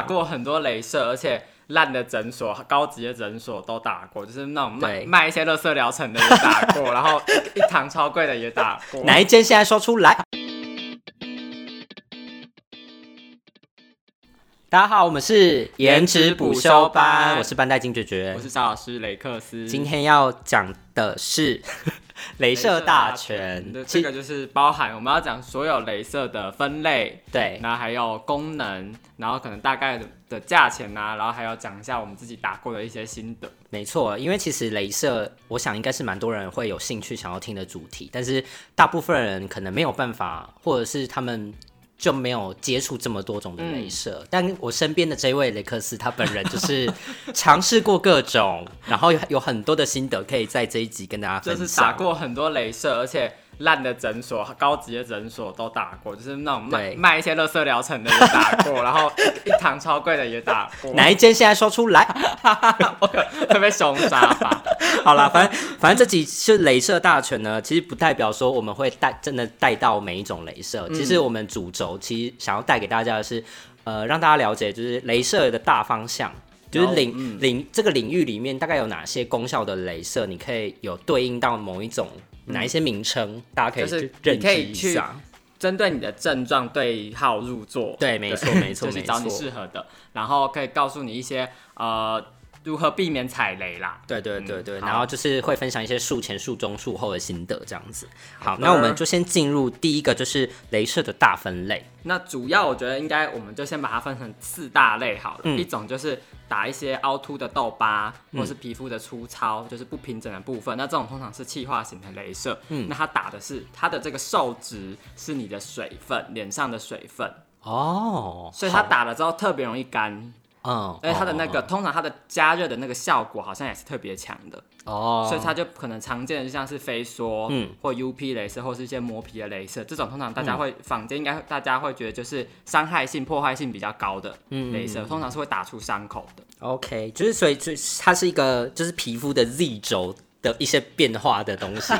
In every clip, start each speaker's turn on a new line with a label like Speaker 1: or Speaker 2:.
Speaker 1: 过很多镭射，而且烂的诊所、高级的诊所都打过，就是那种卖
Speaker 2: 对
Speaker 1: 卖一些垃圾疗程的也打 过，然后一一堂超贵的也打过。
Speaker 2: 哪一间现在说出来？大家好，我们是颜值补修班，我是班代金绝绝
Speaker 1: 我，是赵老师雷克斯，
Speaker 2: 今天要讲的是 镭射大全
Speaker 1: 对，。这
Speaker 2: 其
Speaker 1: 个就是包含我们要讲所有镭射的分类，
Speaker 2: 对
Speaker 1: 然后还有功能，然后可能大概的的价钱呐、然后还要讲一下我们自己打过的一些心得。
Speaker 2: 没错，啊因为其实镭射，我想应该是蛮多人会有兴趣想要听的主题，但是大部分人可能没有办法，或者是他们就没有接触这么多种的
Speaker 1: 嗯
Speaker 2: 镭射。但我身边的这位雷克斯，他本人就是尝试过各种，然后有有很多的心得可以在这一集跟大家分
Speaker 1: 就
Speaker 2: 享。
Speaker 1: 是打过很多镭射，而且烂的诊所、高级的诊所都打过，就是那种卖
Speaker 2: 对
Speaker 1: 卖一些垃圾疗程的也打过，然后一一堂超贵的也打 过，
Speaker 2: 哪一间现在说出来？
Speaker 1: 会被凶杀吧？
Speaker 2: 好啦，反正反正这集是镭射大全呢，其实不代表说我们会带真的带到每一种镭
Speaker 1: 嗯
Speaker 2: 射，其实我们主轴其实想要带给大家的是，呃，让大家了解就是镭射的大方向。
Speaker 1: 哦
Speaker 2: 就是领
Speaker 1: 嗯
Speaker 2: 领这个领域里面大概有哪些功效的镭射，你可以有对应到某一种哪一些名称，大家可
Speaker 1: 嗯
Speaker 2: 以
Speaker 1: 就是
Speaker 2: 去认
Speaker 1: 你可
Speaker 2: 知
Speaker 1: 以
Speaker 2: 一
Speaker 1: 去
Speaker 2: 下。
Speaker 1: 针对你的症状对号入座，
Speaker 2: 对，没错，没错，
Speaker 1: 就是
Speaker 2: 没
Speaker 1: 找你
Speaker 2: 错。
Speaker 1: 适合的，然后可以告诉你一些呃如何避免踩雷啦。
Speaker 2: 对对对对，
Speaker 1: 嗯
Speaker 2: 然
Speaker 1: 好
Speaker 2: 后就是会分享一些术前、术中、术后的心得这样子。好，
Speaker 1: 的
Speaker 2: 那我们就先进入第一个，就是镭射的大分类。
Speaker 1: 那主要我觉得应该我们就先把它分成四大类好了，一种就是打一些凹凸的痘疤，或是皮肤的粗糙，就是不平整的部分。那这种通常是气化型的镭射，那它打的是它的这个受值是你的水分，脸上的水分，
Speaker 2: 哦，
Speaker 1: 所以它打了之后特别容易干，
Speaker 2: 好，嗯，
Speaker 1: 而且它的那
Speaker 2: 哦
Speaker 1: 个、通常它的加热的那个效果好像也是特别强的。
Speaker 2: 哦，
Speaker 1: 所以它就可能常见的就像是飞梭，嗯，
Speaker 2: 嗯
Speaker 1: 或 UP 镭射，或是一些磨皮的镭射，这种通常大家会、坊间应该大家会觉得就是伤害性、破坏性比较高的
Speaker 2: 嗯
Speaker 1: 镭射，通常是会打出伤口的。
Speaker 2: OK，就是所以就是它是一个就是皮肤的 Z 轴的一些变化的东 西，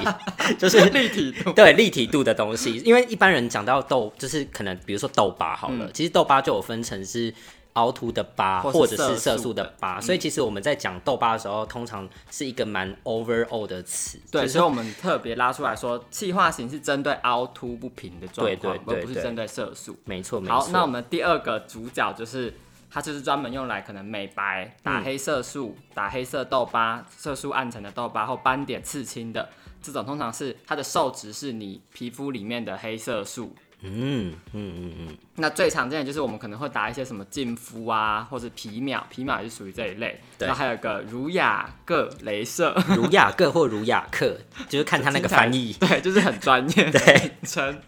Speaker 2: 就是立体度，对立体度的东西。因为一般人讲到痘，就是可能比如说痘疤好了，其实痘疤就有分成是。凹凸的疤，
Speaker 1: 嗯或是
Speaker 2: 或者
Speaker 1: 色
Speaker 2: 是
Speaker 1: 素嗯
Speaker 2: 色素的疤，所以其实我们在讲痘疤的时候，通常是一个蛮 overall 的词，
Speaker 1: 对，
Speaker 2: 就是
Speaker 1: 所以我们特别拉出来说，气化型是针对凹凸不平的状况，
Speaker 2: 对对对
Speaker 1: 而不是针对色素。
Speaker 2: 没错没错。
Speaker 1: 好，那我们第二个主角就是。它就是专门用来可能美白、打黑色素、打黑色痘疤、色素暗沉的痘疤或斑点刺青的这种，通常是它的受值是你皮肤里面的黑色素。
Speaker 2: 嗯嗯嗯嗯，
Speaker 1: 那最常见的就是我们可能会打一些什么净肤啊，或者皮秒，皮秒也是属于这一类。
Speaker 2: 对
Speaker 1: 然后还有一个儒雅各镭射，。
Speaker 2: 嗯儒雅各或儒雅克，就是看他那个翻译
Speaker 1: 对，就是很专业的
Speaker 2: 对
Speaker 1: 名称。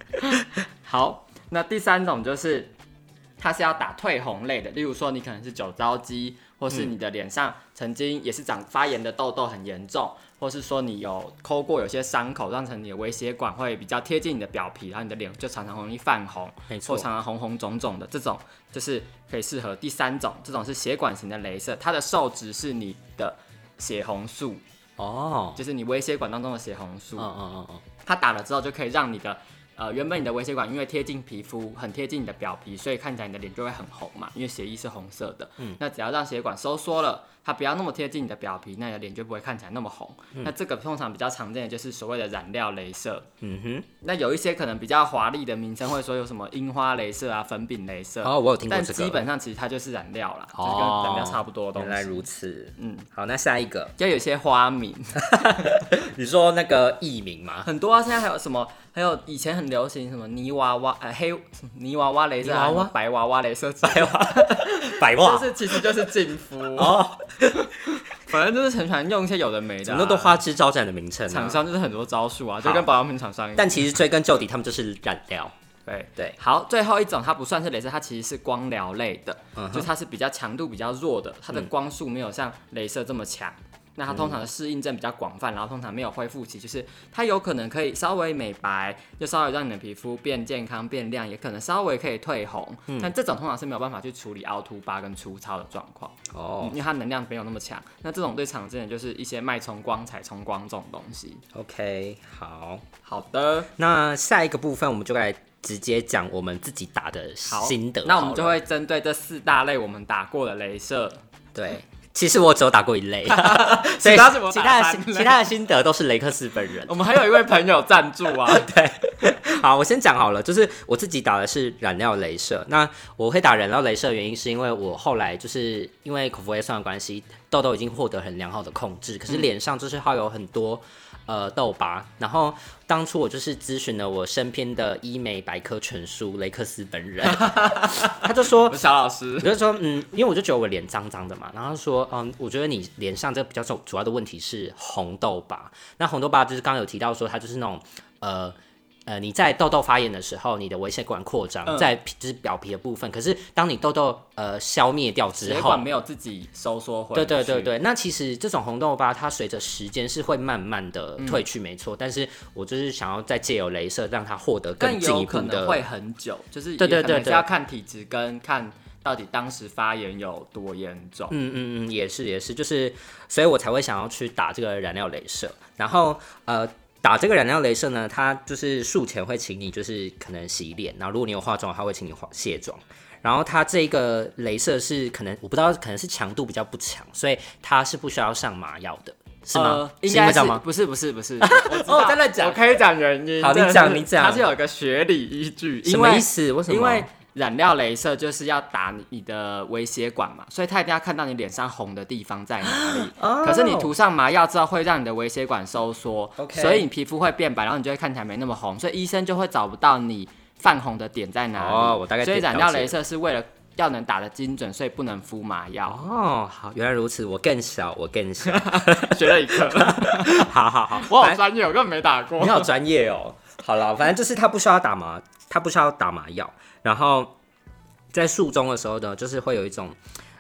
Speaker 1: 好，那第三种就是它是要打退红类的，例如说你可能是酒糟肌，或
Speaker 2: 嗯
Speaker 1: 是你的脸上曾经也是长发炎的痘痘很严重，或是说你有抠过有些伤口，造成你的微血管会比较贴近你的表皮，然后你的脸就常常容易泛红，
Speaker 2: 没错
Speaker 1: 或常常红红肿肿的这种，就是可以适合第三种，这种是血管型的镭射，它的受值是你的血红素，
Speaker 2: 哦，
Speaker 1: 就是你微血管当中的血红素。
Speaker 2: 嗯嗯嗯嗯，
Speaker 1: 它打了之后就可以让你的呃原本你的微血管因为贴近皮肤，很贴近你的表皮，所以看起来你的脸就会很红嘛，因为血液是红色的。嗯，那只要让血管收缩了，它不要那么贴近你的表皮，那你的脸就不会看起来那么红。那这个通常比较常见的就是所谓的染料镭射。
Speaker 2: 嗯哼。
Speaker 1: 那有一些可能比较华丽的名称会说有什么樱花镭射啊、粉饼镭射，
Speaker 2: 哦，我有听过
Speaker 1: 但
Speaker 2: 这个。
Speaker 1: 基本上其实它就是染料啦，就是
Speaker 2: 哦
Speaker 1: 跟染料差不多的
Speaker 2: 原
Speaker 1: 东
Speaker 2: 来
Speaker 1: 西。
Speaker 2: 如此，
Speaker 1: 嗯，
Speaker 2: 好，那下一个，
Speaker 1: 就有些花名，
Speaker 2: 你说那个艺 名吗？
Speaker 1: 很多啊，现在还有什么？还有以前很流行什么泥娃娃，呃，黑什么泥娃娃镭射，
Speaker 2: 泥娃娃
Speaker 1: 还有白娃娃镭射之类的，
Speaker 2: 百
Speaker 1: 就
Speaker 2: 万
Speaker 1: 是其实就是净肤，
Speaker 2: 哦，
Speaker 1: 反正就是很喜欢用一些有的没的、
Speaker 2: 怎
Speaker 1: 啊，
Speaker 2: 么都花枝招展的名称、
Speaker 1: 厂
Speaker 2: 啊。
Speaker 1: 商就是很多招数啊，就跟保养品厂商一样。
Speaker 2: 但其实追根究底，他们就是染料。
Speaker 1: 对
Speaker 2: 对，
Speaker 1: 好，最后一种它不算是镭射，它其实是光疗类的，
Speaker 2: 嗯哼
Speaker 1: 就它是比较强度比较弱的，它的光束没有像镭射这么强。那它通常的适应症比较广泛，然后通常没有恢复期，就是它有可能可以稍微美白，就稍微让你的皮肤变健康变亮，也可能稍微可以退红。
Speaker 2: 嗯
Speaker 1: 但这种通常是没有办法去处理凹凸疤跟粗糙的状况，
Speaker 2: 哦、
Speaker 1: 因为它能量没有那么强。那这种最常见的就是一些脉冲光、彩冲光这种东西。
Speaker 2: o k 好，
Speaker 1: 好的，
Speaker 2: 那下一个部分我们就来直接讲我们自己打的
Speaker 1: 好
Speaker 2: 心得好了。
Speaker 1: 那我们就会针对这四大类我们打过的镭射，
Speaker 2: 对。其实我只有打过一 类，所以
Speaker 1: 其他是我
Speaker 2: 其
Speaker 1: 打
Speaker 2: 他的
Speaker 1: 三
Speaker 2: 心
Speaker 1: 类
Speaker 2: 其他的心得都是雷克斯本人。
Speaker 1: 我们还有一位朋友赞助 啊，
Speaker 2: 好，我先讲好了，就是我自己打的是染料镭射。那我会打染料镭射的原因是因为我后来就是因为口服胃酸的关系，痘痘已经获得很良好的控制，可是脸上就是还有很多呃痘疤。然后当初我就是咨询了我身边的医美百科全书雷克斯本人，他就说
Speaker 1: 我们小老师
Speaker 2: 我就说，嗯，因为我就觉得我脸脏脏的嘛，然后他说，嗯，我觉得你脸上这个比较重主要的问题是红痘疤。那红痘疤就是刚刚有提到说，它就是那种，呃呃，你在痘痘发炎的时候，你的微血管扩张、
Speaker 1: 嗯
Speaker 2: 在皮就是表皮的部分，可是当你痘痘呃消灭掉之
Speaker 1: 血
Speaker 2: 后
Speaker 1: 管，没有自己收缩回，
Speaker 2: 对对对，对，那其实这种红痘疤，它随着时间是会慢慢的
Speaker 1: 嗯
Speaker 2: 退去，没错。但是我就是想要再借由镭射让它获得
Speaker 1: 更
Speaker 2: 更进
Speaker 1: 有
Speaker 2: 一步
Speaker 1: 可能
Speaker 2: 的
Speaker 1: 会很久，就是也
Speaker 2: 对对
Speaker 1: 可能是
Speaker 2: 对对
Speaker 1: 要看体质跟看到底当时发炎有多严重。
Speaker 2: 嗯嗯嗯，也是也是，就是，所以我才会想要去打这个燃料镭射。然后呃，打这个燃料镭射呢，它就是术前会请你就是可能洗脸，然后如果你有化妆，它会请你化卸妆。然后它这个镭射是可能我不知道，可能是强度比较不强，所以它是不需要上麻药的，是吗？
Speaker 1: 呃应
Speaker 2: 是因
Speaker 1: 该
Speaker 2: 为
Speaker 1: 是
Speaker 2: 这样吗？
Speaker 1: 不是不是不 是，
Speaker 2: 哦
Speaker 1: 哦
Speaker 2: 真的假的
Speaker 1: 我可以讲原因。
Speaker 2: 好你
Speaker 1: 真的
Speaker 2: 讲
Speaker 1: 是
Speaker 2: 你 讲
Speaker 1: 它是有一个学理依据，
Speaker 2: 什
Speaker 1: 因
Speaker 2: 么
Speaker 1: 为
Speaker 2: 意思？啊为什么？
Speaker 1: 因为染料镭射就是要打你的微血管嘛，所以他一定要看到你脸上红的地方在哪 里。可是你涂上麻药之后，会让你的微血管收缩
Speaker 2: OK
Speaker 1: 所以你皮肤会变白，然后你就会看起来没那么红，所以医生就会找不到你泛红的点在哪里。
Speaker 2: 哦我大概
Speaker 1: 所以
Speaker 2: 了解
Speaker 1: 染料镭射是为了要能打得精准，所以不能敷麻 药。
Speaker 2: 哦，好，原来如此，我更小，我更小，
Speaker 1: 学了一课，
Speaker 2: 好好好，
Speaker 1: 我
Speaker 2: 反
Speaker 1: 好专业，我根本没打过
Speaker 2: 你。好专业哦。好了，反正就是他不需要打麻，他不需要打麻药。然后在术中的时候呢，就是会有一种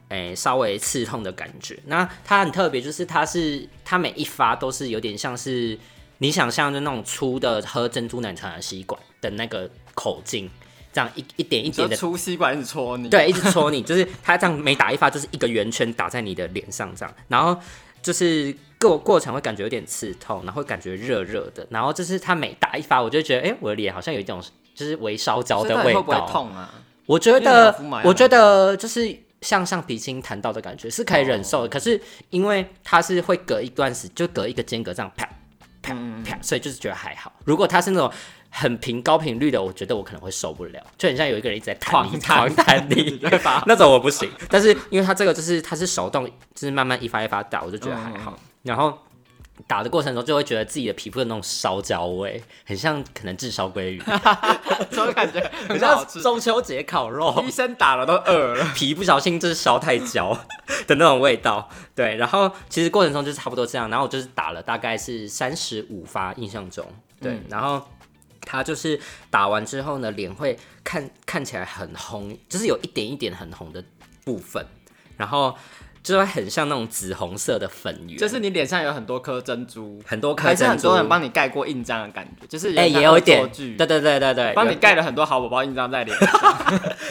Speaker 2: 诶、稍微刺痛的感觉。那它很特别，就是它是它每一发都是有点像是你想象的那种粗的喝珍珠奶茶的吸管的那个口径，这样一一点一
Speaker 1: 就
Speaker 2: 点的
Speaker 1: 粗吸管一直戳你，，
Speaker 2: 对，一直戳你，就是他这样每打一发就是一个圆圈打在你的脸上这样，然后就是过过程会感觉有点刺痛，然后会感觉热热的，然后就是他每打一发，我就觉得哎、诶我的脸好像有一种就是微烧焦
Speaker 1: 真
Speaker 2: 的
Speaker 1: 的
Speaker 2: 味
Speaker 1: 会不会
Speaker 2: 道，
Speaker 1: 痛啊？
Speaker 2: 我觉
Speaker 1: 因为你有
Speaker 2: 得
Speaker 1: 敷麻，药
Speaker 2: 我觉得就是像橡皮筋弹到的感觉是可以忍
Speaker 1: 哦
Speaker 2: 受的，可是因为它是会隔一段时，就隔一个间隔这样啪啪
Speaker 1: 嗯
Speaker 2: 啪，所以就是觉得还好。如果它是那种很频高频率的，我觉得我可能会受不了，就很像有一个人一直在弹你，
Speaker 1: 狂
Speaker 2: 狂弹 你，
Speaker 1: 对吧？
Speaker 2: 那种我不行。但是因为它这个就是它是手动，就是慢慢一发一发打，我
Speaker 1: 嗯
Speaker 2: 就觉得还好。然后打的过程中就会觉得自己的皮肤有那种烧焦味，很像可能炙烧鲑鱼，
Speaker 1: 这种感觉
Speaker 2: 很
Speaker 1: 很好
Speaker 2: 像
Speaker 1: 吃。
Speaker 2: 中秋节烤肉。
Speaker 1: 医生打了都饿了。
Speaker 2: 皮不小心就是烧太焦 的那种味道，对。然后其实过程中就是差不多这样，然后我就是打了大概是三十五发，印象中，对。
Speaker 1: 嗯
Speaker 2: 然后它就是打完之后呢，脸会看看起来很红，就是有一点一点很红的部分，然后就会很像那种紫红色的粉圆，
Speaker 1: 就是你脸上有很多颗珍珠，
Speaker 2: 很多颗
Speaker 1: 还是
Speaker 2: 珍
Speaker 1: 很
Speaker 2: 珠
Speaker 1: 多。人帮你盖过印章的感觉，就是
Speaker 2: 哎、也有一点，对对对对对，
Speaker 1: 帮你
Speaker 2: 有
Speaker 1: 盖了很多好宝宝印章在脸。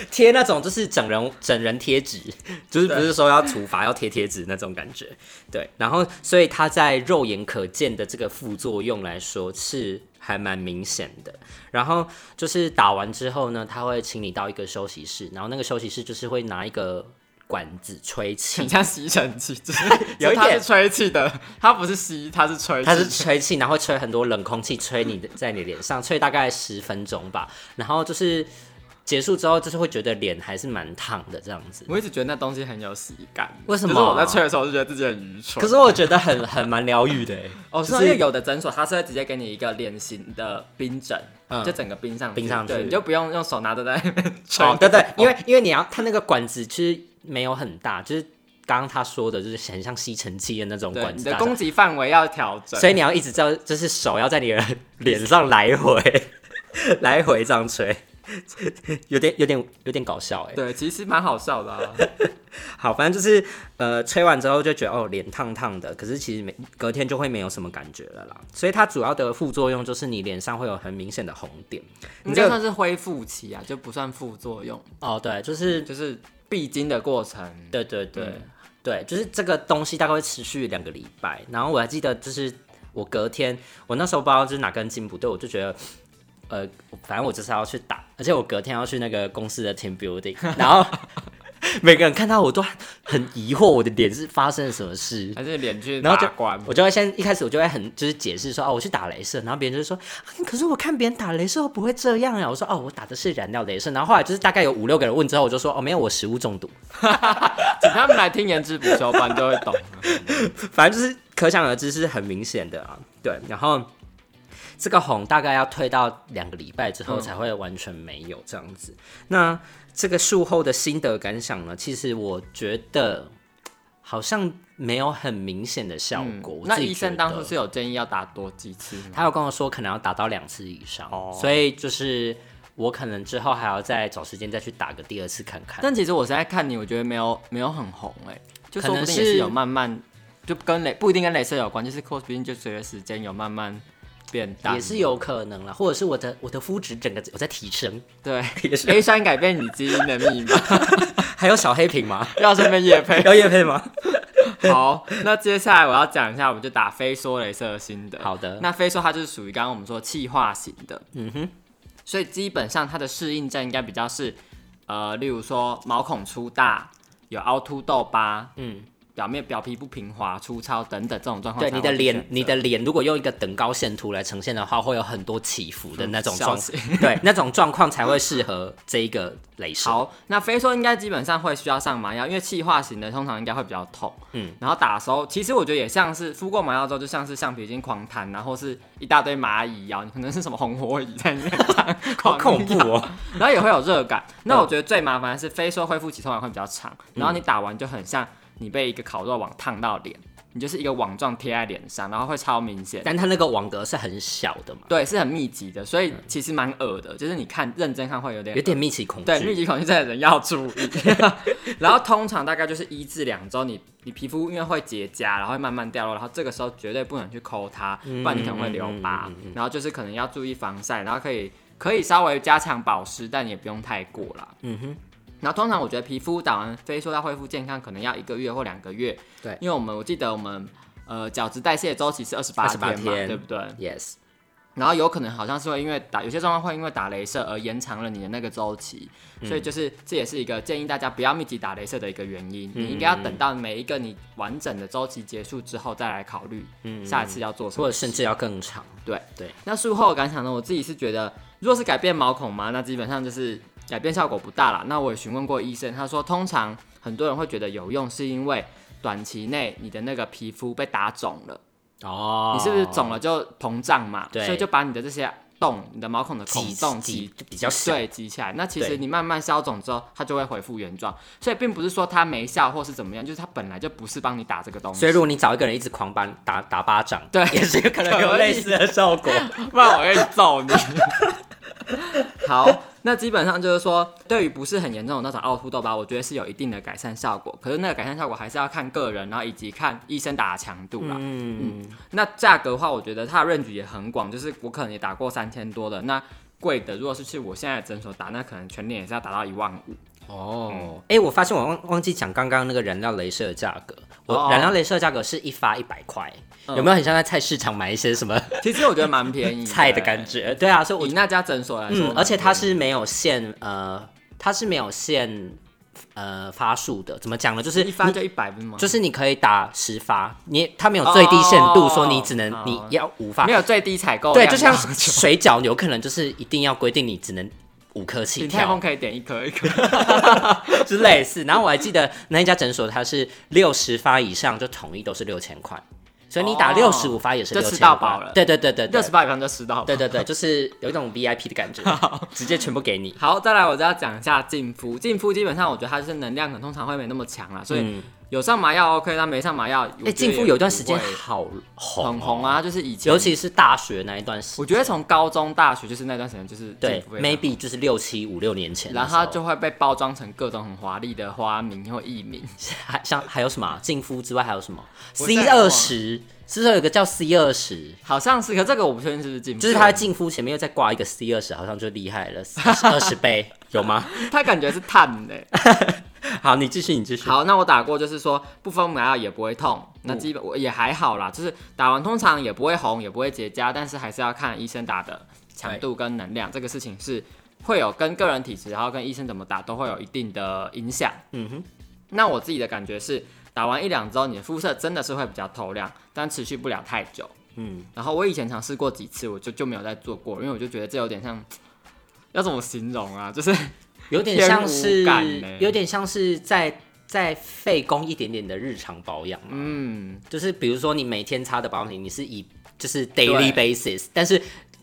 Speaker 2: 贴那种就是整人整人贴纸， 就是不是说要处罚要贴贴纸那种感觉。对，然后所以它在肉眼可见的这个副作用来说是还蛮明显的。然后就是打完之后呢，他会请你到一个休息室，然后那个休息室就是会拿一个管子吹 气
Speaker 1: 很，像吸尘器，就是
Speaker 2: 有一
Speaker 1: 它是
Speaker 2: 点
Speaker 1: 吹气的，它不是吸，它是吹气，
Speaker 2: 它是吹气，然后吹很多冷空气吹你的在你脸上，吹大概十分钟吧。然后就是结束之后，就是会觉得脸还是蛮烫的这样子。
Speaker 1: 我一直觉得那东西很有喜感，
Speaker 2: 为什么
Speaker 1: 就是我在吹的时候，就觉得自己很愚蠢。
Speaker 2: 可是我觉得很很蛮疗愈的欸，
Speaker 1: 哦，
Speaker 2: 就是
Speaker 1: 是因为有的诊所它是会直接给你一个脸型的冰枕，
Speaker 2: 嗯
Speaker 1: 就整个冰上去
Speaker 2: 冰上去
Speaker 1: 对，你就不用用手拿着在那边吹。
Speaker 2: 哦，对对，因为因为你要它那个管子其实没有很大，就是刚刚他说的，就是很像吸尘器的那种
Speaker 1: 对
Speaker 2: 管
Speaker 1: 你
Speaker 2: 子
Speaker 1: 的
Speaker 2: 大
Speaker 1: 攻
Speaker 2: 小，
Speaker 1: 击范围要调整。
Speaker 2: 所以你要一直在就是手要在你的脸上来回来回这样吹， 有点有点有点搞笑哎。
Speaker 1: 对，其实蛮好笑的、啊。
Speaker 2: 好，反正就是呃，吹完之后就觉得哦，脸烫烫的，可是其实没隔天就会没有什么感觉了啦。所以它主要的副作用就是你脸上会有很明显的红点。
Speaker 1: 你
Speaker 2: 你
Speaker 1: 这
Speaker 2: 这
Speaker 1: 算是恢复期啊，就不算副作用，
Speaker 2: 哦，对，就是
Speaker 1: 就是必经的过程。
Speaker 2: 对对对、
Speaker 1: 嗯
Speaker 2: 对，就是这个东西大概会持续两个礼拜。然后我还记得，就是我隔天，我那时候不知道就是哪根筋不对，我就觉得，呃，反正我就是要去打。而且我隔天要去那个公司的 team building，然后每个人看到我都很疑惑，我的脸是发生了什么事。
Speaker 1: 还是脸去
Speaker 2: 然后就
Speaker 1: 打关？
Speaker 2: 我就会先一开始我就会很就是解释说哦，我去打镭射，然后别人就说、啊，可是我看别人打镭射我不会这样呀。我说哦，我打的是燃料镭射。然后后来就是大概有五六个人问之后，我就说哦，没有，我食物中毒。
Speaker 1: 请他们来听言之不修班就会 懂啊了。
Speaker 2: 反正就是可想而知是很明显的啊。对，然后这个红大概要退到两个礼拜之后
Speaker 1: 嗯
Speaker 2: 才会完全没有这样子。那这个术后的心得感想呢？其实我觉得好像没有很明显的效果。我
Speaker 1: 嗯那
Speaker 2: 自己
Speaker 1: 医生
Speaker 2: 觉
Speaker 1: 当初
Speaker 2: 得
Speaker 1: 是有建议要打多几次吗？
Speaker 2: 他有跟我说，可能要打到两次以上，
Speaker 1: 哦
Speaker 2: 所以就是我可能之后还要再找时间再去打个第二次看看。
Speaker 1: 但其实我现在看你，我觉得没有没有很红哎、就
Speaker 2: 可
Speaker 1: 说
Speaker 2: 能
Speaker 1: 不定也是
Speaker 2: 是
Speaker 1: 有慢慢，就跟雷不一定跟镭射有关，就是 cos 毕竟就随着时间有慢慢变大，
Speaker 2: 也是有可能啦，或者是我的我的肤质整个有在提升，
Speaker 1: 对
Speaker 2: 也是
Speaker 1: A 酸改变你基因的密码，
Speaker 2: 还有小黑瓶 吗？
Speaker 1: 要顺便夜 配。
Speaker 2: 要叶配吗？
Speaker 1: 好，那接下来我要讲一下，我们就打非说镭射的心得。
Speaker 2: 好的
Speaker 1: 那非说它就是属于刚刚我们说气化型的，嗯哼，所以基本上它的适应症应该比较是，呃，例如说毛孔粗大，有凹凸痘疤，
Speaker 2: 嗯，
Speaker 1: 表面表皮不平滑、粗糙等等这种状况才
Speaker 2: 对，
Speaker 1: 会
Speaker 2: 你
Speaker 1: 选择。
Speaker 2: 的脸，你的脸如果用一个等高线图来呈现的话，会有很多起伏的那种状
Speaker 1: 笑，死
Speaker 2: 对，那种状况才会适合这一个镭射。
Speaker 1: 好，那非说应该基本上会需要上麻药，因为气化型的通常应该会比较痛。
Speaker 2: 嗯
Speaker 1: 嗯，然后打的时候，其实我觉得也像是敷过麻药之后，就像是橡皮筋狂弹，然后是一大堆蚂蚁咬，你可能是什么红火蚁在那边狂
Speaker 2: 好
Speaker 1: 狂
Speaker 2: 恐怖
Speaker 1: 咬
Speaker 2: 哦！
Speaker 1: 然后也会有热感。那我觉得最麻烦的是，非说恢复期通常会比较长，然后你打完就很像你被一个烤肉网烫到脸，你就是一个网状贴在脸上，然后会超明显。
Speaker 2: 但它那个网格是很小的嘛，
Speaker 1: 对，是很密集的，所以其实蛮恶的，就是你看认真看会有点
Speaker 2: 有点密集恐
Speaker 1: 对，密
Speaker 2: 惧。
Speaker 1: 集恐惧症的人要 注意。然后通常大概就是一至两周，你你皮肤因为会结痂，然后会慢慢掉落，然后这个时候绝对不能去抠它，
Speaker 2: 嗯
Speaker 1: 不然你可能会留疤。然后就是可能要注意防晒，然后可以可以稍微加强保湿，但也不用太过啦。
Speaker 2: 嗯哼，
Speaker 1: 然后通常我觉得皮肤打完非说要恢复健康，可能要一个月或两个月。
Speaker 2: 对
Speaker 1: 因为我们我记得我们呃角质代谢的周期是二十八
Speaker 2: 28
Speaker 1: 天嘛，
Speaker 2: 天
Speaker 1: 对不对？
Speaker 2: ，yes，
Speaker 1: 然后有可能好像是会因为打有些状况会因为打镭射而延长了你的那个周期，
Speaker 2: 嗯
Speaker 1: 所以就是这也是一个建议大家不要密集打镭射的一个原因。
Speaker 2: 嗯
Speaker 1: 你应该要等到每一个你完整的周期结束之后再来考虑下一次要做什
Speaker 2: 嗯或
Speaker 1: 么
Speaker 2: 者。甚至要更长。
Speaker 1: 那术后的感想呢？我自己是觉得，如果是改变毛孔嘛，那基本上就是改变效果不大啦。那我也询问过医生，他说通常很多人会觉得有用，是因为短期内你的那个皮肤被打肿了。
Speaker 2: 哦
Speaker 1: 你是不是肿了就膨胀嘛？
Speaker 2: 对
Speaker 1: 所以就把你的这些洞、你的毛孔的
Speaker 2: 挤
Speaker 1: 孔洞
Speaker 2: 挤
Speaker 1: 挤
Speaker 2: 就比较小？
Speaker 1: 对挤起来。那其实
Speaker 2: 对
Speaker 1: 你慢慢消肿之后，它就会恢复原状。所以并不是说它没效或是怎么样，就是它本来就不是帮你打这个东西。
Speaker 2: 所以如果你找一个人一直狂打打打巴掌，
Speaker 1: 对
Speaker 2: 也是有可能有类似的效果。
Speaker 1: 不然我会揍你。 好，那基本上就是说，对于不是很严重的那种凹凸痘疤，我觉得是有一定的改善效果。可是那个改善效果还是要看个人，然后以及看医生打的强度啦。
Speaker 2: 嗯，
Speaker 1: 那价格的话，我觉得它的 range 也很广，就是我可能也打过三千多的，那贵的如果是去我现在的诊所打，那可能全年也是要打到一万五。嗯
Speaker 2: 哦，哎、我发现我忘忘记讲刚刚那个燃料镭射的价格。我
Speaker 1: 哦
Speaker 2: 燃料镭射的价格是一发一百块，
Speaker 1: 嗯
Speaker 2: 有没有很像在菜市场买一些什么
Speaker 1: 其实我觉得蛮便宜
Speaker 2: 菜的感。觉？对啊，所以我
Speaker 1: 以那家诊所来说蛮便
Speaker 2: 嗯
Speaker 1: 宜，，
Speaker 2: 而且它是没有限呃，它是没有限呃发数的。怎么讲呢？就是
Speaker 1: 一发
Speaker 2: 你
Speaker 1: 就一百不是吗？
Speaker 2: 就是是你可以打十发，你它没有最低限度，
Speaker 1: 哦
Speaker 2: 说你只能
Speaker 1: 哦
Speaker 2: 你要五发
Speaker 1: 没。有最低采购
Speaker 2: 对，
Speaker 1: 量
Speaker 2: 就像
Speaker 1: 嘛
Speaker 2: 水饺，有可能就是一定要规定你只能五颗起
Speaker 1: 鼎泰
Speaker 2: 跳
Speaker 1: 丰，可以点一颗一 颗，
Speaker 2: 之类似。然后我还记得那一家诊所，它是六十发以上就统一都是六千块，所以你打
Speaker 1: 哦
Speaker 2: 六十五发也是
Speaker 1: 就
Speaker 2: 六
Speaker 1: 吃
Speaker 2: 千，
Speaker 1: 到饱了
Speaker 2: 对对对对
Speaker 1: 六
Speaker 2: 对
Speaker 1: 十，八以上就吃到。
Speaker 2: 对对对，就是有一种 VIP 的感觉，直接全部给你。
Speaker 1: 好，再来我就要讲一下净肤。净肤基本上我觉得它就是能量可能通常会没那么强啊啦，所以
Speaker 2: 嗯，
Speaker 1: 有上麻药 OK，但没上麻药，
Speaker 2: 哎，净肤有一段时间
Speaker 1: 我觉得也
Speaker 2: 好红，哦
Speaker 1: 很红，啊，就是以前
Speaker 2: 尤其是大学那一段时，
Speaker 1: 我觉得从高中、大学就是那段时间，就是
Speaker 2: 对
Speaker 1: 政府会这样
Speaker 2: ，maybe 就是六七五六年前的时
Speaker 1: 然
Speaker 2: 候，
Speaker 1: 后它就会被包装成各种很华丽的花名或艺名，
Speaker 2: 还像还有什么啊净肤之外还有什么
Speaker 1: 我
Speaker 2: C
Speaker 1: 在
Speaker 2: 二十，是不是有一个叫 C 二十？
Speaker 1: 好像是，可这个我不确定是不是进步，
Speaker 2: 就是它的净肤前面又再挂一个 C 二十，好像就厉害了，二十倍有吗？
Speaker 1: 它感觉是碳的。
Speaker 2: 好，你继续，你继 续。
Speaker 1: 好，那我打过就是说不分麻药也不会痛，那基本我也还好啦，就是打完通常也嗯不会红，也不会结痂，但是还是要看医生打的强度跟能量，这个事情是会有跟个人体质，然后跟医生怎么打都会有一定的影响。
Speaker 2: 嗯哼，
Speaker 1: 那我自己的感觉是，打完一两周，你的肤色真的是会比较透亮，但持续不了太久。
Speaker 2: 嗯，
Speaker 1: 然后我以前尝试过几次，我就就没有再做过，因为我就觉得这有点像，要怎么形容啊？就是
Speaker 2: 有点
Speaker 1: 偏
Speaker 2: 像
Speaker 1: 无
Speaker 2: 是
Speaker 1: 感欸，
Speaker 2: 有点像是在在费工一点点的日常保养嘛。
Speaker 1: 嗯，
Speaker 2: 就是比如说你每天擦的保养品，你是以就是 daily
Speaker 1: 对
Speaker 2: basis，但是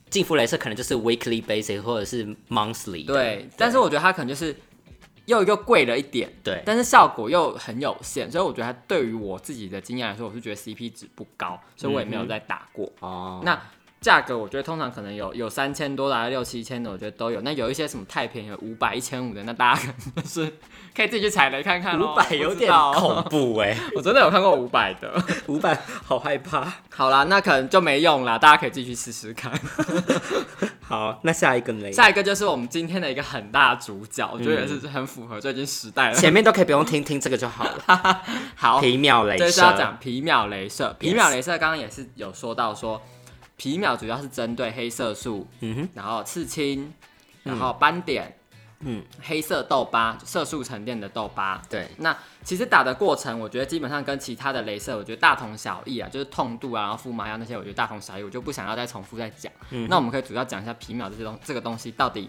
Speaker 2: 净肤镭射可能就是 weekly basis 或者是 monthly 的。
Speaker 1: 对。但是我觉得它可能就是又又贵了一点，
Speaker 2: 对
Speaker 1: 但是效果又很有限，所以我觉得它对于我自己的经验来说，我是觉得 CP 值不高，所以我也没有再打过。
Speaker 2: 哦，
Speaker 1: 那价格我觉得通常可能有有三千多的啊、六七千的，我觉得都有。那有一些什么太便宜，五百、一千五的，那大家可能就是可以自己去踩雷看看咯。
Speaker 2: 五百有点
Speaker 1: 我不知道
Speaker 2: 恐怖哎、
Speaker 1: 我真的有看 过五百的。
Speaker 2: 五百好害怕。
Speaker 1: 好啦，那可能就没用啦，大家可以继续试试看。
Speaker 2: 好，那下一个呢？
Speaker 1: 下一个就是我们今天的一个很大主角，我觉得也是很符合最近时代了。
Speaker 2: 前面都可以不用听，听这个就好了。
Speaker 1: 好，
Speaker 2: 皮秒镭
Speaker 1: 这
Speaker 2: 射，
Speaker 1: 是要讲皮秒镭射。皮秒镭射刚刚也是有说到说，皮秒主要是针对黑色素，
Speaker 2: 嗯哼，
Speaker 1: 然后刺青，然后斑点，
Speaker 2: 嗯，
Speaker 1: 黑色痘疤，色素沉淀的痘疤。
Speaker 2: 对，
Speaker 1: 那其实打的过程，我觉得基本上跟其他的镭射，我觉得大同小异啊，就是痛度啊，然后敷麻药那些，我觉得大同小异，我就不想要再重复再讲。
Speaker 2: 嗯
Speaker 1: 那我们可以主要讲一下皮秒这些东这个东西到底，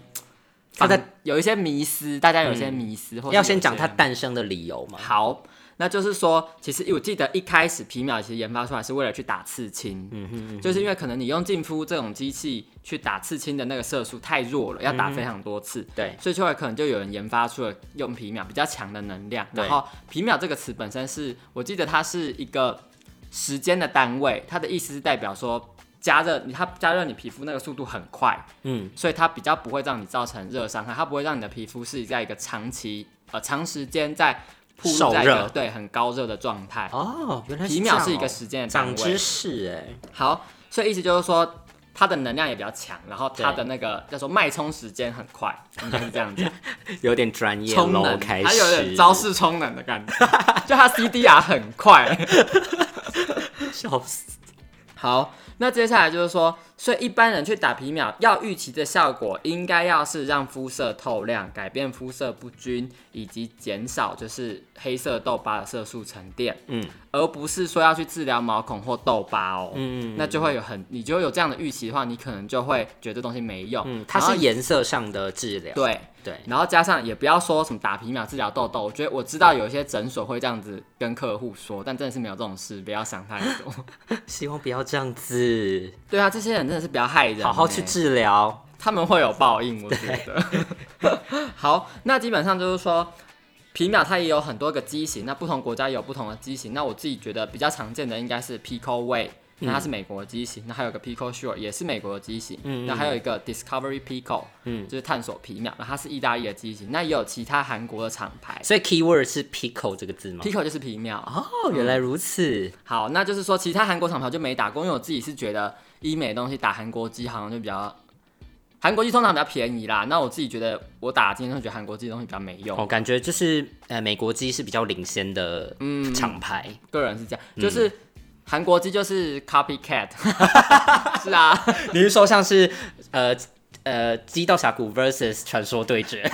Speaker 2: 它的
Speaker 1: 嗯有一些迷思，大家有一些迷思，或是有
Speaker 2: 要先讲
Speaker 1: 些
Speaker 2: 它诞生的理由嘛。
Speaker 1: 好，那就是说，其实我记得一开始皮秒其实研发出来是为了去打刺青，
Speaker 2: 嗯哼嗯哼，
Speaker 1: 就是因为可能你用净肤这种机器去打刺青的那个色素太弱了，要
Speaker 2: 嗯
Speaker 1: 打非常多次，
Speaker 2: 对，
Speaker 1: 所以后来可能就有人研发出了用皮秒比较强的能量。
Speaker 2: 对
Speaker 1: 然后皮秒这个词本身是我记得它是一个时间的单位，它的意思是代表说加热你它加热你皮肤那个速度很快，
Speaker 2: 嗯，
Speaker 1: 所以它比较不会让你造成热伤害，它不会让你的皮肤是在一个长期呃长时间在曝
Speaker 2: 受
Speaker 1: 露在一个
Speaker 2: 热
Speaker 1: 对很高热的状态。
Speaker 2: 哦，原来
Speaker 1: 皮
Speaker 2: 这
Speaker 1: 秒
Speaker 2: 样
Speaker 1: 是一个
Speaker 2: 哦
Speaker 1: 时间的单
Speaker 2: 长
Speaker 1: 位
Speaker 2: 知。识哎、
Speaker 1: 好，所以意思就是说。它的能量也比较强，然后它
Speaker 2: 对
Speaker 1: 的那个叫做脉冲时间很快，应该是这样讲。
Speaker 2: 有点专业
Speaker 1: 充
Speaker 2: 喽，
Speaker 1: 能，
Speaker 2: 开
Speaker 1: 它有
Speaker 2: 始
Speaker 1: 点招 式充能的感觉， 就它 CDR 很快。
Speaker 2: 笑死，
Speaker 1: 好，那接下来就是说，所以一般人去打皮秒要预期的效果，应该要是让肤色透亮、改变肤色不均，以及减少就是黑色痘疤的色素沉淀，
Speaker 2: 嗯
Speaker 1: 而不是说要去治疗毛孔或痘疤哦。
Speaker 2: 嗯
Speaker 1: 那就会有很，你就会有这样的预期的话，你可能就会觉得这东西没用。
Speaker 2: 嗯，它
Speaker 1: 然后
Speaker 2: 是颜色上的治疗，
Speaker 1: 对，
Speaker 2: 对，
Speaker 1: 然后加上也不要说什么打皮秒治疗痘痘，我觉得我知道有一些诊所会这样子跟客户说，但真的是没有这种事，不要想太多。
Speaker 2: 希望不要这样子，
Speaker 1: 对啊，这些人真的是比较害人、欸
Speaker 2: 好好去，治疗，
Speaker 1: 他们会有报应，我觉得。欸 好，那基本上就是说。皮秒它也有很多个机型，那不同国家也有不同的机型。那我自己觉得比较常见的应该是 Pico Way，那它是美国的机型。那还有个 Pico Sure 也是美国的机型。
Speaker 2: 嗯嗯
Speaker 1: 那还有一个 Discovery Pico，
Speaker 2: 嗯
Speaker 1: 就是探索皮秒，那它是意大利的机型。那也有其他韩国的厂牌。
Speaker 2: 所以 keyword 是 pico 这个字吗？
Speaker 1: Pico 就是皮秒。
Speaker 2: 哦，原来如此，
Speaker 1: 好，那就是说其他韩国厂牌就没打过，因为我自己是觉得医美的东西打韩国机好像就比较，韩国机通常比较便宜啦。那我自己觉得我打今天会觉得韩国机的东西比较没用，
Speaker 2: 哦，感觉就是呃，美国机是比较领先的厂牌，
Speaker 1: 个人是这样，就是。韩国机就是 copycat，是啊，
Speaker 2: 你是说像是呃呃，激斗峡谷 versus 传说对 决？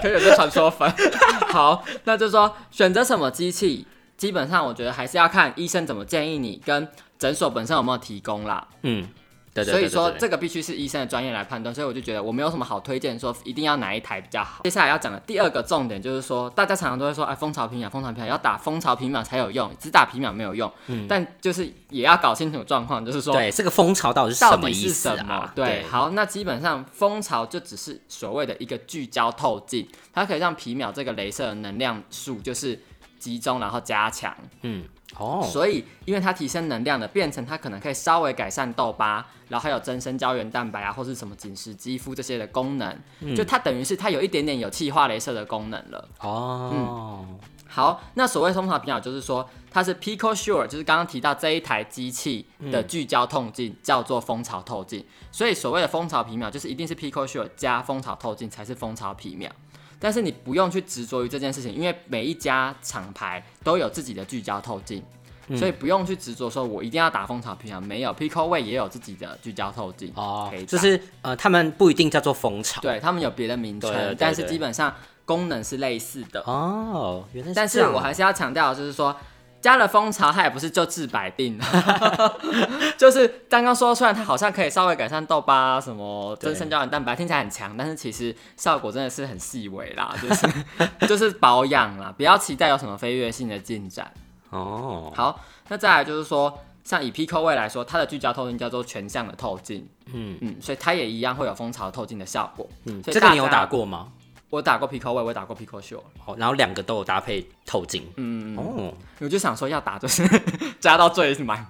Speaker 1: 可以有这传说粉。 好，那就是说选择什么机器，基本上我觉得还是要看医生怎么建议你，跟诊所本身有没有提供啦。
Speaker 2: 嗯，对对
Speaker 1: 所以
Speaker 2: 对对对
Speaker 1: 说这个必须是医生的专业来判断，所以我就觉得我没有什么好推荐说一定要哪一台比较好。接下来要讲的第二个重点就是说，大家常常都会说，哎，蜂巢皮秒，蜂巢皮秒要打蜂巢皮秒才有用，只打皮秒没有用。但就是也要搞清楚状况，就是说
Speaker 2: 嗯对这个风潮到底是
Speaker 1: 到
Speaker 2: 什么
Speaker 1: 底
Speaker 2: 意
Speaker 1: 是
Speaker 2: 思
Speaker 1: 什
Speaker 2: 啊？
Speaker 1: 对，好，那基本上蜂巢就只是所谓的一个聚焦透镜，它可以让皮秒这个镭射的能量数就是集中，然后加强。
Speaker 2: 嗯，哦，
Speaker 1: 所以，因为它提升能量了，变成它可能可以稍微改善痘疤，然后还有增生胶原蛋白啊，或是什么紧实肌肤这些的功能。就它等于是它有一点点有气化镭射的功能了。
Speaker 2: 哦，
Speaker 1: 好，那所谓通常比较就是说，它是 Pico Sure，就是刚刚提到这一台机器
Speaker 2: 嗯
Speaker 1: 的聚焦透镜、叫做蜂巢透镜，所以所谓的蜂巢皮秒就是一定是 Pico Sure 加蜂巢透镜才是蜂巢皮秒。但是你不用去执着于这件事情，因为每一家厂牌都有自己的聚焦透镜。
Speaker 2: 嗯
Speaker 1: 所以不用去执着说我一定要打蜂巢皮痒，没有 Pico 味也有自己的聚焦透镜
Speaker 2: 哦
Speaker 1: 可以，打
Speaker 2: 就是呃，他们不一定叫做蜂巢。
Speaker 1: 对他们有别的名
Speaker 2: 对对对
Speaker 1: 称，但是基本上功能是类似的。
Speaker 2: 哦，原来
Speaker 1: 但
Speaker 2: 是
Speaker 1: 是
Speaker 2: 这样
Speaker 1: 我还是要强调，就是说。加了蜂巢，它也不是就治百病， 就是刚刚说，虽然它好像可以稍微改善痘疤、啊什么
Speaker 2: 对
Speaker 1: 增生胶原蛋白，听起来很强，但是其实效果真的是很细微啦，就是就是 保养啦，不要期待有什么飞跃性的进展。
Speaker 2: 哦，
Speaker 1: 好，那再来就是说，像以 Pico 位来说，它的聚焦透镜叫做全向的透镜，
Speaker 2: 嗯
Speaker 1: 嗯，所以它也一样会有蜂巢透镜的效果。
Speaker 2: 嗯，
Speaker 1: 所以
Speaker 2: 这个
Speaker 1: 大
Speaker 2: 你有
Speaker 1: 家
Speaker 2: 打过吗？
Speaker 1: 我打过 Pico 位，我也打过 Pico 秀，
Speaker 2: 哦，然后两个都有搭配透镜。
Speaker 1: 嗯，
Speaker 2: 哦，
Speaker 1: 我就想说要打就是 加到最满。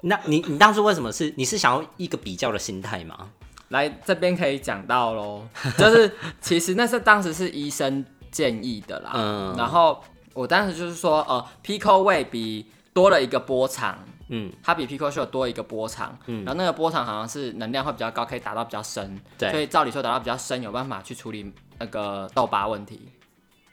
Speaker 2: 那你你当初为什么是你是想要一个比较的心态吗？
Speaker 1: 来这边可以讲到喽， 就是其实那是当时是医生建议的啦，
Speaker 2: 嗯
Speaker 1: 然后我当时就是说，呃，Pico 位比多了一个波长，
Speaker 2: 嗯，
Speaker 1: 它比 Pico Show 多一个波长，然后那个波长好像是能量会比较高，可以打到比较深，
Speaker 2: 对
Speaker 1: 所以照理说打到比较深，有办法去处理那个痘疤问题，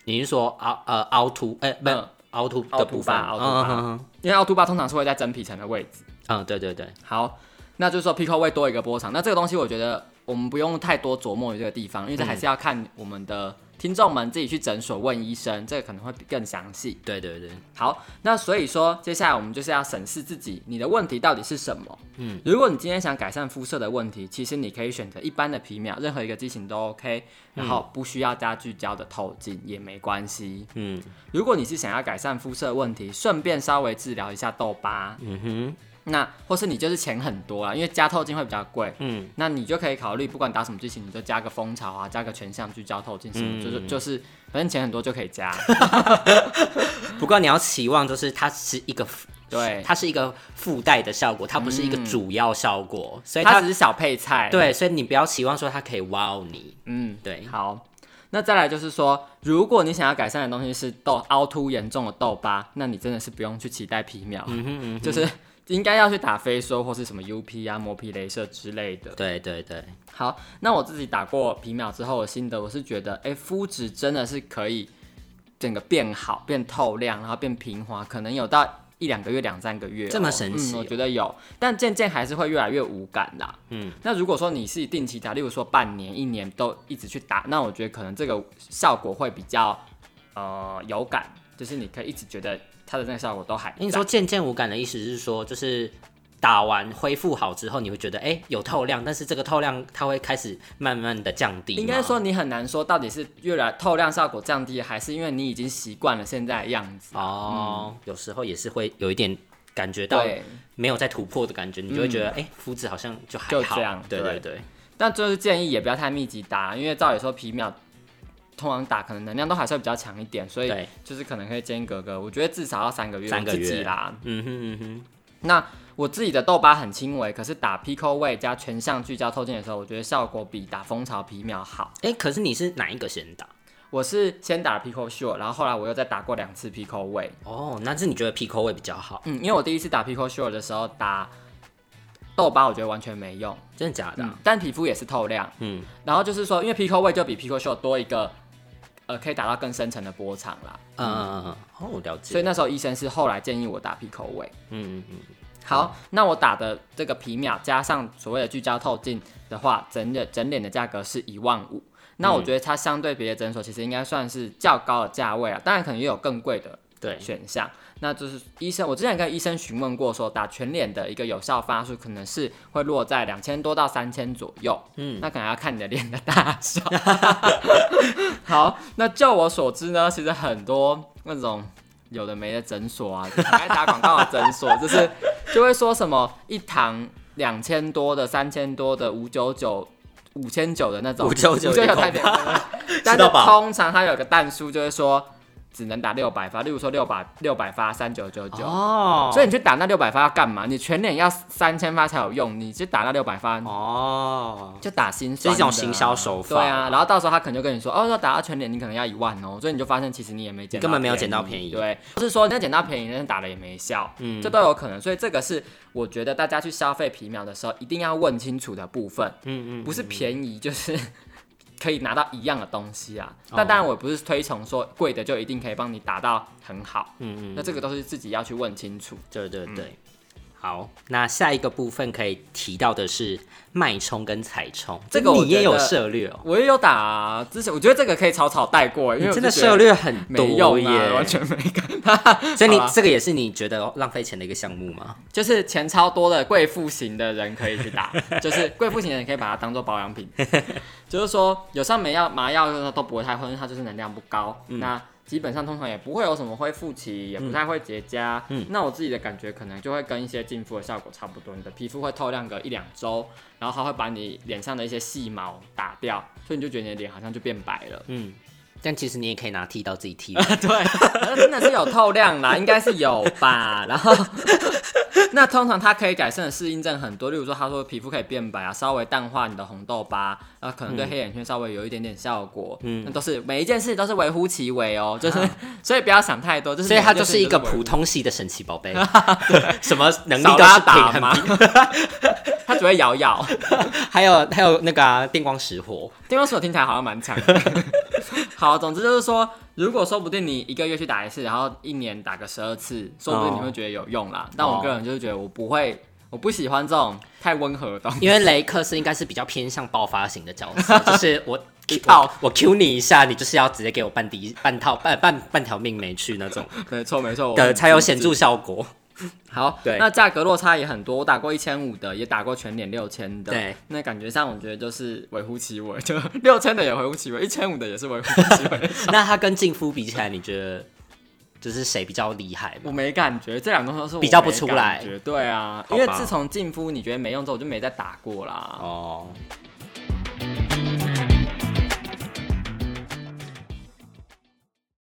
Speaker 2: 你是说凹呃凹凸哎不
Speaker 1: 嗯
Speaker 2: 凹凸
Speaker 1: 凹
Speaker 2: 的
Speaker 1: 凸
Speaker 2: 部分
Speaker 1: 吧凹凸吧
Speaker 2: 嗯嗯嗯
Speaker 1: 因为凹凸疤通常是会在真皮层的位置。
Speaker 2: 嗯嗯对对对，
Speaker 1: 好，那就是说 Pico 位多一个波长，那这个东西我觉得我们不用太多琢磨于这个地方，因为这还是要看我们的听众们自己去诊所问医生，这个可能会更详细。
Speaker 2: 对对对，
Speaker 1: 好，那所以说，接下来我们就是要审视自己，你的问题到底是什么？嗯，如果你今天想改善肤色的问题，其实你可以选择一般的皮秒，任何一个机型都 OK，然
Speaker 2: 嗯
Speaker 1: 后不需要加聚焦的透镜也没关系。
Speaker 2: 嗯
Speaker 1: 如果你是想要改善肤色问题，顺便稍微治疗一下痘疤，
Speaker 2: 嗯哼
Speaker 1: 那或是你就是钱很多啦，因为加透镜会比较贵。
Speaker 2: 嗯
Speaker 1: 那你就可以考虑，不管打什么剧情，你就加个蜂巢啊，加个全向聚焦透镜什么，
Speaker 2: 嗯
Speaker 1: 就是就是，反正钱很多就可以 加。
Speaker 2: 不过你要期望就是它是一个
Speaker 1: 对
Speaker 2: 它是一个附带的效果，它不是一个
Speaker 1: 哎嗯
Speaker 2: 主要效果，所以
Speaker 1: 它
Speaker 2: 哎它
Speaker 1: 只是小配菜。，
Speaker 2: 对，所以你不要期望说它可以哇哦你，
Speaker 1: 嗯，
Speaker 2: 对，
Speaker 1: 好。那再来就是说，如果你想要改善的东西是痘凹凸严重的痘疤，那你真的是不用去期待皮秒，
Speaker 2: 嗯哼嗯哼，
Speaker 1: 就是应该要去打飞梭或是什么 UP 啊、磨皮镭射之类的。
Speaker 2: 对对对，
Speaker 1: 好，那我自己打过皮秒之后的心得，我是觉得，哎、肤质真的是可以整个变好、变透亮，然后变平滑，可能有到一两个月、两三个月哦、
Speaker 2: 这么神奇
Speaker 1: 嗯，
Speaker 2: 哦
Speaker 1: 我觉得有，但渐渐还是会越来越无感啦。
Speaker 2: 嗯
Speaker 1: 嗯，那如果说你是定期打，例如说半年、一年都一直去打，那我觉得可能这个效果会比较呃有感，就是你可以一直觉得它的那个效果都还在。
Speaker 2: 那你说渐渐无感的意思是说，就是打完恢复好之后，你会觉得哎、诶有透亮，但是这个透亮它会开始慢慢的降低吗。
Speaker 1: 应该说你很难说到底是越来透亮效果降低，还是因为你已经习惯了现在的样子。
Speaker 2: 哦、有时候也是会有一点感觉到
Speaker 1: 嗯对，嗯
Speaker 2: 没有在突破的感觉，你就会觉得哎肤质好像就还
Speaker 1: 就
Speaker 2: 好。
Speaker 1: 这样
Speaker 2: 对对
Speaker 1: 对
Speaker 2: 对，
Speaker 1: 但就是建议也不要太密集打，因为照理说皮秒通常打可能能量都还是会比较强一点，所以
Speaker 2: 对
Speaker 1: 就是可能可以间隔个，我觉得至少要三个月。
Speaker 2: 三个
Speaker 1: 我自己
Speaker 2: 月
Speaker 1: 啦。
Speaker 2: 嗯哼嗯哼，
Speaker 1: 那我自己的痘疤很轻微，可是打 Pico 位加全向聚焦透镜的时候，我觉得效果比打蜂巢皮秒好。
Speaker 2: 哎、可是你是哪一个先打？
Speaker 1: 我是先打 Pico Sure，然后后来我又再打过两次 Pico 位。
Speaker 2: 哦，那是你觉得 P 口味比较好？
Speaker 1: 嗯，因为我第一次打 Pico Sure 的时候打痘疤，我觉得完全没用，
Speaker 2: 真的假的啊？
Speaker 1: 但皮肤也是透亮。
Speaker 2: 嗯
Speaker 1: 然后就是说，因为 Pico 位就比 Pico Show 多一个，呃，可以达到更深层的波长啦。
Speaker 2: 嗯嗯嗯，嗯哦，了解。
Speaker 1: 所以那时候医生是后来建议我打 Pico 位。
Speaker 2: 嗯嗯嗯，
Speaker 1: 好，那我打的这个皮秒加上所谓的聚焦透镜的话，整脸整脸的价格是一万五。那我觉得它相对别的诊所其实应该算是较高的价位啊，当然可能也有更贵的
Speaker 2: 对，
Speaker 1: 选项。那就是医生，我之前跟医生询问过说打全脸的一个有效发数可能是会落在两千多到三千左右。
Speaker 2: 嗯
Speaker 1: 嗯，那可能要看你的脸的大小。 好，那就我所知呢，其实很多那种有的没的诊所啊，很爱打广告的诊所，就是就会说什么一堂两千多的、三千多的、五九九。五千九的那种，
Speaker 2: 599
Speaker 1: 五九九太便宜 了。但是
Speaker 2: 饱
Speaker 1: 通常它有个淡书，就会说只能打六百发，例如说六百六百发三九九九，
Speaker 2: 哦，
Speaker 1: 所以你去打那六百发要干嘛？你全脸要三千发才有用，你去打那六百发。
Speaker 2: 哦，
Speaker 1: 就打心
Speaker 2: 这
Speaker 1: 酸的啊，
Speaker 2: 是一种行销手法
Speaker 1: 对啊，然后到时候他可能就跟你说，哦，要打到全脸，你可能要一万哦，所以你就发现其实你也没捡，
Speaker 2: 根本没有捡到便宜
Speaker 1: 对，不是说你要捡到便宜，但是打了也没效，
Speaker 2: 嗯
Speaker 1: 嗯，这都有可能。所以这个是我觉得大家去消费皮秒的时候一定要问清楚的部分，
Speaker 2: 嗯嗯，
Speaker 1: 不是便宜就是可以拿到一样的东西啊。
Speaker 2: 哦
Speaker 1: 那当然，我不是推崇说贵的就一定可以帮你打到很好，
Speaker 2: 嗯嗯，
Speaker 1: 那这个都是自己要去问清楚。
Speaker 2: 对对对。好，那下一个部分可以提到的是脉冲跟彩冲，
Speaker 1: 这个我
Speaker 2: 你也
Speaker 1: 觉
Speaker 2: 有
Speaker 1: 得
Speaker 2: 涉略哦、
Speaker 1: 我也有打、之前，我觉得这个可以草草带过，因为
Speaker 2: 你
Speaker 1: 我
Speaker 2: 真的
Speaker 1: 就觉得
Speaker 2: 涉略很多
Speaker 1: 没用
Speaker 2: 耶，
Speaker 1: 啊，完全没看。
Speaker 2: 所以你
Speaker 1: 好啊
Speaker 2: 这个也是你觉得浪费钱的一个项目 吗？
Speaker 1: 就是钱超多的贵妇型的人可以去打，就是贵妇型的人可以把它当做保养品，就是说有上美药麻药都不会太昏，它就是能量不高，那基本上通常也不会有什么恢复期，也不太会结痂。
Speaker 2: 嗯
Speaker 1: 那我自己的感觉可能就会跟一些净肤的效果差不多，你的皮肤会透亮个一两周，然后它会把你脸上的一些细毛打掉，所以你就觉得你的脸好像就变白了。
Speaker 2: 嗯，但其实你也可以拿剃刀自己剃。
Speaker 1: 对，真的是有透亮啦，应该是有吧。然后，那通常它可以改善的适应症很多，例如说他说皮肤可以变白啊，稍微淡化你的红痘疤，呃，可能对黑眼圈稍微有一点点效果。
Speaker 2: 嗯
Speaker 1: 嗯，那都是每一件事都是微乎其微哦，就是、 所以不要想太多，就是
Speaker 2: 所以它
Speaker 1: 它
Speaker 2: 就是一个普通系的神奇宝 贝，什么能力都
Speaker 1: 少拉
Speaker 2: 是平
Speaker 1: 打
Speaker 2: 衡
Speaker 1: 嘛， 它只会咬咬。
Speaker 2: 还有还有那个啊、电光石火，
Speaker 1: 电光石火听起来好像蛮强 的。好，总之就是说，如果说不定你一个月去打一次，然后一年打个十二次，说不定你会觉得有用
Speaker 2: 哦
Speaker 1: 啦。但我个人就是觉得我不会，我不喜欢这种太温和的东西。
Speaker 2: 因为雷克斯应该是比较偏向爆发型的角 色，就是我
Speaker 1: 一
Speaker 2: 我
Speaker 1: 炮
Speaker 2: 我 Q 你一下，你就是要直接给我半滴半套半半半条命没去那种
Speaker 1: 没错，没错，我
Speaker 2: 的，
Speaker 1: 很
Speaker 2: 才有
Speaker 1: 自
Speaker 2: 显
Speaker 1: 制
Speaker 2: 著效果。
Speaker 1: 好，
Speaker 2: 对
Speaker 1: 那价格落差也很多，我打过一千五的，也打过全脸六千的。
Speaker 2: 对，
Speaker 1: 那感觉上我觉得就是微乎其微，就 六千的也微乎其微，一千五的也是微乎其 微。
Speaker 2: 那它跟净肤比起来，你觉得就是谁比较厉害
Speaker 1: 我
Speaker 2: 吗？
Speaker 1: 没感觉，这两个都是我
Speaker 2: 比较不
Speaker 1: 没
Speaker 2: 出
Speaker 1: 感
Speaker 2: 来
Speaker 1: 觉。对啊，
Speaker 2: 好
Speaker 1: 因为
Speaker 2: 吧
Speaker 1: 自从净肤你觉得没用之后，我就没再打过啦。
Speaker 2: 哦，